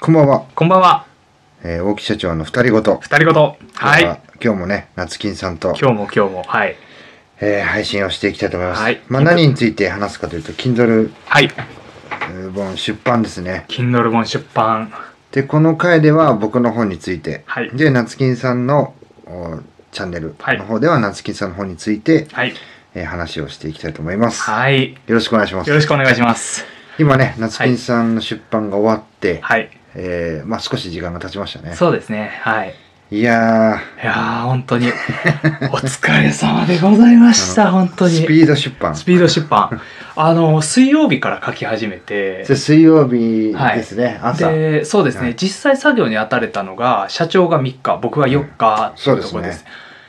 こんばんは、こんばんは。えー大木社長の二人ごと。二人ごと。はい。今日今日もね、夏金さんと、今日も今日も。はい。えー配信をしていきたいと思います。はいまあ、何について話すかというと、Kindle はい。本出版ですね。 Kindle 本出版。で、この回では僕の本について、はいで、夏金さんのおチャンネルはいの方では、夏金さんの本について、はい。えー話をしていきたいと思います。はい。よろしくお願いしますよ。ろしくお願いします。今ね、夏金さんの出版が終わって、はい。えーまあ、少し時間が経ちましたね。そうですね。はい。いやー、いやー、本 当に。お疲れ様でございました。本当に。ススピード出版。ピード出版。あの、水曜日から書き始めてそ。れ水曜日ですね、朝。でそうですね、はい実際作業に当たれたのが社長が3日僕は4日ってそうでとすねころです,、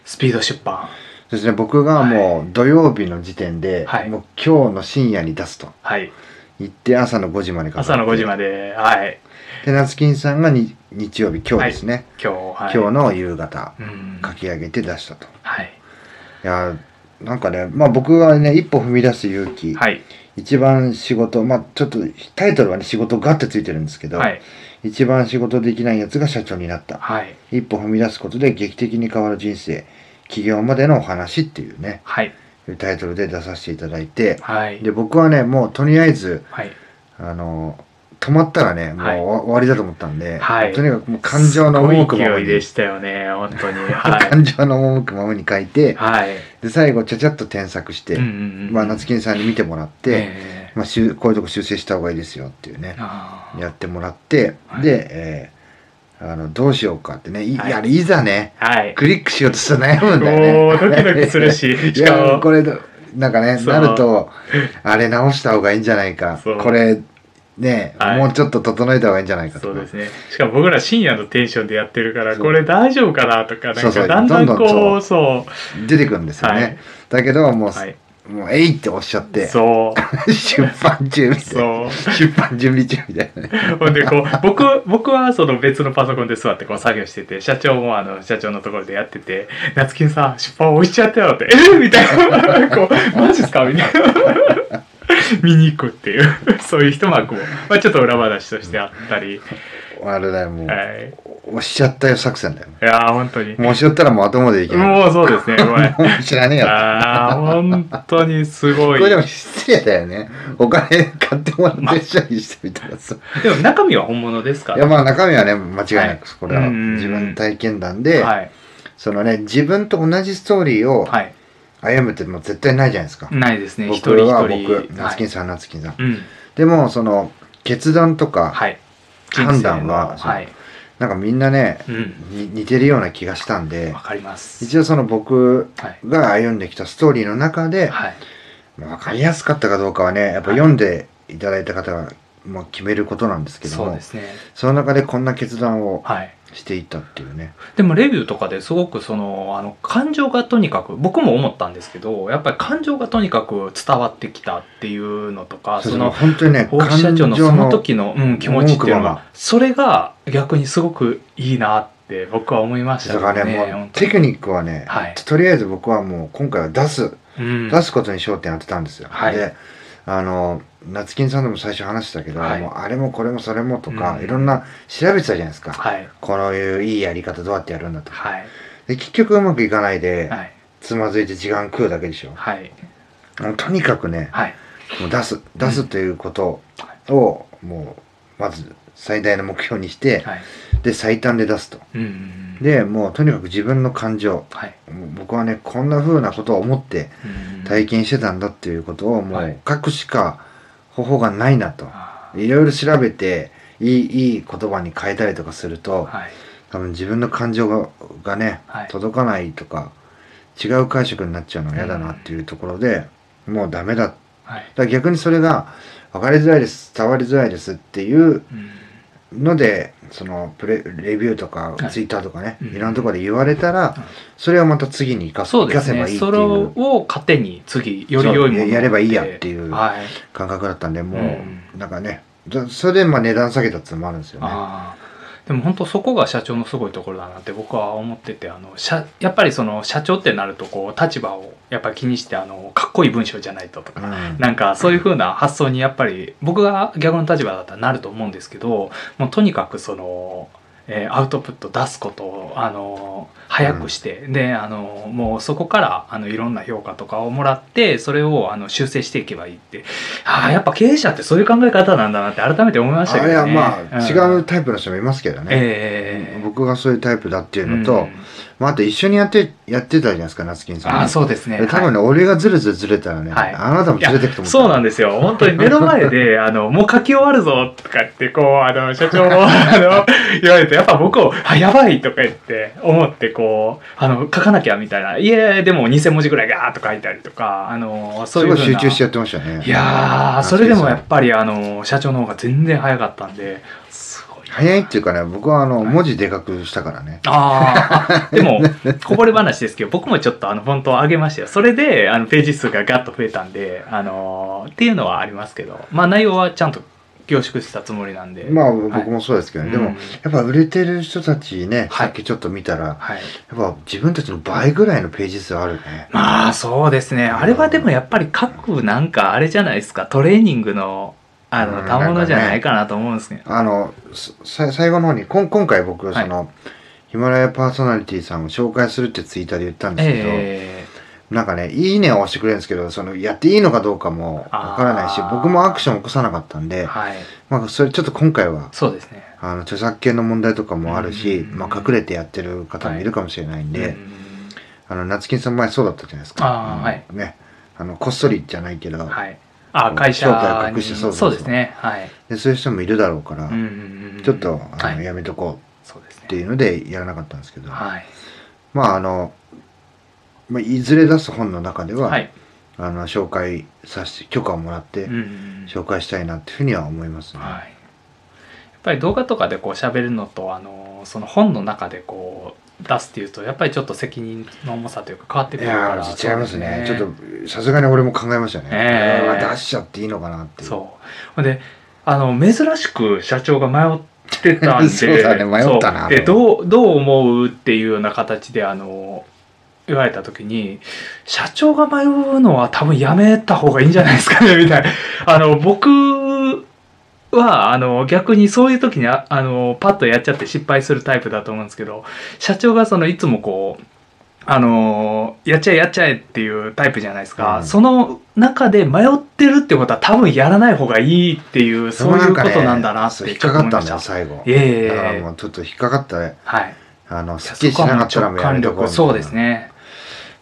スピード出版そうですね、僕がもう土曜日の時点で、はいもう今日の深夜に出すとはい言って朝の5時までかかって朝の5時まではいで夏金さんがに日曜日今日ですね、今日はい今日の夕方うん書き上げて出したとはいいやーなんかねまあ僕がね一歩踏み出す勇気、はい一番仕事まあちょっとタイトルはね仕事がってついてるんですけど、はい一番仕事できないやつが社長になったはい一歩踏み出すことで劇的に変わる人生起業までのお話っていうねはいいうタイトルで出させていただいて、はいで僕はねもうとりあえずはいあの止まったらねもう、はい終わりだと思ったんで、はいとにかくもう感情の赴くすまごまい勢いに、でしたよね本 当には感情の赴くままに書いいてはいで最後ちゃちゃっと添削して、まあ、夏き金さんに見てもらって、まあ、しゅこういうとこ修正した方がいいですよっていうねやってもらって、はいで、えーあのどうしようかってねい,、はいやいざねはいクリックしようとしたら悩むんだおよードねキドキするし いしかやもこれどなんかねそうなるとあれ直した方がいいんじゃないかそうこれね、はいもうちょっと整えた方がいいんじゃないかとそかうですねしかも僕ら深夜のテンションでやってるからそうこれ大丈夫かなとかそなうんそうかだんだんどんどこんうそう出てくるんですよね、はいだけどもう、はいもうえいっておっしゃってそう 出版中みたいそうな出版準備中みたいなね ほんでこう僕僕はその別のパソコンで座ってこう作業してて社長もあの社長のところでやってて「夏金さん出版置いちゃったよ」って「えみたいなこう「マジっすか?」みたいな 見に行くっていうそういう一幕も、まあ、ちょっと裏話としてあったり、あれだよもう、はい、押しちゃったよ作戦だよねいやー本当にもう押しちゃったらもう後までいけないもうそうですねごめん もう知らねえよああ本当にすごこいれでも失礼だよねお金買ってもらまって一緒にしてみたらさでも中身は本物ですかいらやまあ中身はね間違いなく、はいこれはうんうんうん自分体験談で、はいそのね自分と同じストーリーをはい歩むってもう絶対ないじゃないですか、ないですね一僕人一人は僕は夏い金さん、夏金さんうんでもその決断とか、はい判断は人生のはいなんかみんなねうんに似てるような気がしたんでわかります一応その僕はいが歩んできたストーリーの中で、はいまあ、分かりやすかったかどうかはねやっぱ読んでいただいた方がもう決めることなんですけどそうもですねその中でこんな決断をはいしていったっていうねでもレビューとかですごくそのあの感情がとにかく僕も思ったんですけどやっぱり感情がとにかく伝わってきたっていうのとかそうそそうの本当にね大木社長のその時の、うん、気持ちっ思うていうのくままがそれが逆にすごくいいなって僕は思いましただからねもう本当テにクニックはね、はいとりあえず僕はもう今回は出す、うん出すことに焦点当てたんですよ、はいであの夏金さんでも最初話してたけど、はいもうあれもこれもそれもとか、うんいろんな調べてたじゃないですか、はいこのいういいやり方どうやってやるんだとかはいで結局うまくいかないで、はいつまずいて時間食うだけでしょはいもうとにかくねはいもう出す出すということを、もうまず最大の目標にして、はいで最短で出すとうんでもうとにかく自分の感情はいもう僕はねこんな風なことを思ってうん体験してたんだっていうことをもはうい書くしか方法がないなとあいろいろ調べていいいい言葉に変えたりとかするーとはい多分自分の感情ががねはい届かないとか違う解釈になっちゃうのは嫌だなっていうところでもうダメだだかはいら逆にそれが分かりづらいです伝わりづらいですっていううんのでそのプレレビューとかはいツイッターとかね、うんい、ろんなところで言われたら、うんそれをまた次に生かすそうで生すかせばねいいってそれいうを糧に次より良いものそうややればいいやっていうはい感覚だったんでもう、うんなんかねだそれでまあ値段下げたっていうのもあるんですよねああでも本当そこが社長のすごいところだなって僕は思っててあの社やっぱりその社長ってなるとこう立場をやっぱり気にしてあのかっこいい文章じゃないととかうんなんかそういう風な発想にやっぱり僕が逆の立場だったらなると思うんですけどもうとにかくその、えーアウトプット出すことをあの早くして、であのもうそこからあのいろんな評価とかをもらってそれをあの修正していけばいいってあーやっぱ経営者ってそういう考え方なんだなって改めて思いましたあけどれね。はまあん違うタイプの人もいますけどね、えー僕がそういうタイプだっていうのうと、んまあ、あと一緒にやってやってたじゃないですか夏金さんねあーそうですね。で多分ね、俺がずれずれずれたらね、はいあなたもずれてくと思そうなんでですよ。本当に目の前 で、あの、もう書き終わるぞとかって、こう、あの、社長も、 あの、言われて、やっぱ僕を、あ、やばいとか言って、思って、こう、あの、書かなきゃみたいな、いえ、でも2000文字ぐらいガーッと書いたりとか、あの、そういうすふごういな。集中してやってましたねいやー、それでもやっぱり、あの、社長の方が全然早かったんで、すごい。早いっていうかね僕はあのはい文字でかくしたからね、あーあ、 でも、こぼれ話ですけど、僕もちょっとあの、フォントを上げましたよ。それで、あの、ページ数がガッと増えたんで、あのーっていうのはありますけど、まあ内容はちゃんと凝縮したつもりなんで。まあはい僕もそうですけど、ねでうもんやっぱ売れてる人たちね、はいさっきちょっと見たらやはい。っぱ自分たちの倍ぐらいのページ数あるねまあそうですね。あれはでもやっぱり各なんかあれじゃないですか、トレーニングの、あうの、んたものじゃないかなと思うんですね。あのさ最後の方にこん今回僕はいその、ヒマラヤパーソナリティさんを紹介するってツイッターで言ったんですけど、えなんかね、いいねを押してくれるんですけど、その、やっていいのかどうかもわからないしあー、僕もアクションを起こさなかったんえで、はい。まあ、それちょっと今回は、そうですね。あの、著作権の問題とかもあるし、うんまあ、隠れてやってる方もいるかもしれないんで、うんあの、夏金さん前そうだったじゃないですか。あーのはいね、あの、こっそりじゃないけど、はい。あ、会社正体をに隠してそうそうそそううですね。はい。でそういう人もいるだろうから、うんうんうんちょっと、あの、はいやめとこそうですうねっていうので、やらなかったんですけど、はい。まあ、あの、まあ、いずれ出す本の中では、はい。あの、紹介させて、許可をもらってうん、うんうん紹介したいなっていうふうには思いますね。はい。やっぱり動画とかでこう喋るのと、あの、その本の中でこう出すっていうと、やっぱりちょっと責任の重さというか変わっていくるかやら。ー違いますねそうですちょっとさすがに俺も考えましたね、ええあー出しちゃっていいのかなっていうそう。ほんで、あの、珍しく社長が迷ってたんで、 そうだね迷ったなそうで、どう、どう思うっていうような形で、あの、言われた時に、社長が迷うのは多分やめた方がいいんじゃないですかね、みたいな。あの、僕は、あの、逆にそういう時にあ、あの、パッとやっちゃって失敗するタイプだと思うんですけど、社長がその、いつもこう、あのーやっちゃえやっちゃえっていうタイプじゃないですか、うんその中で迷ってるってことは多分やらない方がいいっていうでそもういうかこねとなんだなってそう引っちょかかっと思いたまんしだよ最後いえいえいえだからもうちょっと引っかかったはいあのすっきそりしこはなもかうったら直もうや感めとこ力うそうですね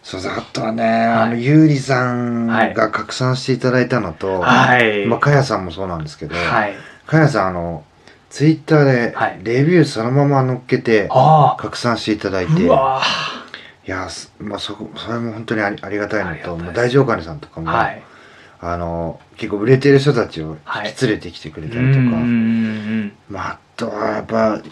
そうあとはね、あのはいゆうりさんはいが拡散していただいたのと、はい、まあ、かやさんもそうなんですけど、はいかやさんあのツイッタはいーでレビューそのまま載っけてああ拡散していただいて、うわいやすまあ、そこそれも本当にありありがたいあのりがたといですもう大上金さんとかーも、はいあの結構売れてる人たちをはい引き連れてきてくれたうりとんうか、んうんまあ、あとはやっぱ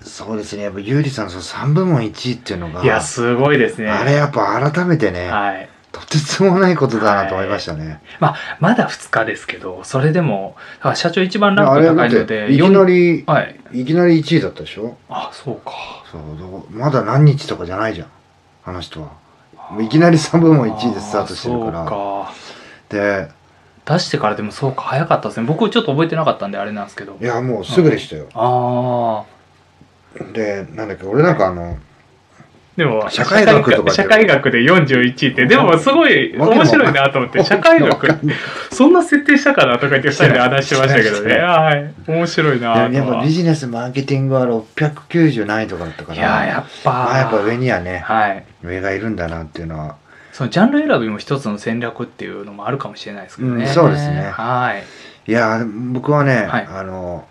そうですねやっぱゆうりさんのその3部門1位っていうのうがんいやすごいですねあれやっぱ改めてね、はいとてつもないことだなと思いましたね、まだ2日ですけどそれでもあ社長一番まあラあれンクはだ高っいのでていきなり四はいいきなり1位だったでしょあそうかそうどうまだ何日とかじゃないじゃんあの人はもういきなり3部門1位でスタートしてるかあーらそうかで出してからでもそうか早かったですね僕ちょっと覚えてなかったんであれなんですけどいやもうすぐでしたよ、ああでなんだっけ俺なんかあのでも社会学とかで社会学で41位ってでもすごい面白いなと思って社会わかん学ないそんな設定したかなとか言って2人で話してましたけどしてねないはい面白いなとではもやっぱビジネスマーケティングは690何位とかだったからいややっぱ、まあやっぱ上にはねはい上がいるんだなっていうのはそのジャンル選びも一つの戦略っていうのもあるかもしれないですけどね、うんそうですねはいいやー僕はね、はいあの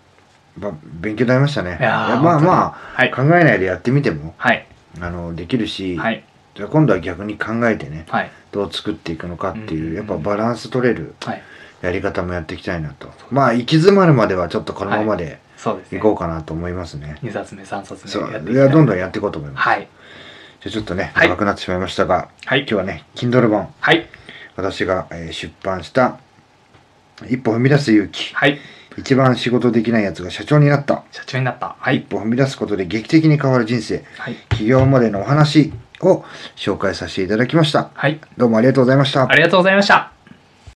ば勉強になりましたねいやーいやまあまはあい考えないでやってみてもはいあのできるし、はいじゃあ今度は逆に考えてねはいどう作っていくのかっていう、うんやっぱバランス取れるはいやり方もやっていきたいなとまあ行き詰まるまではちょっとこのままでそうです行ねこうかなと思いますね、 2冊目3冊そ目やっうていいきたやいどんどんやっていこうと思います、はいじゃあちょっとねはい長くなってしまいましたが、はい今日はね Kindle 本はい私がえー出版した「一歩踏み出す勇気はい一番仕事できないやつが社長になった。社長になった。はい一。歩踏み出すことで劇的に変わる人生、はい。起業までのお話を紹介させていただきました。はい。どうもありがとうございました。ありがとうございました。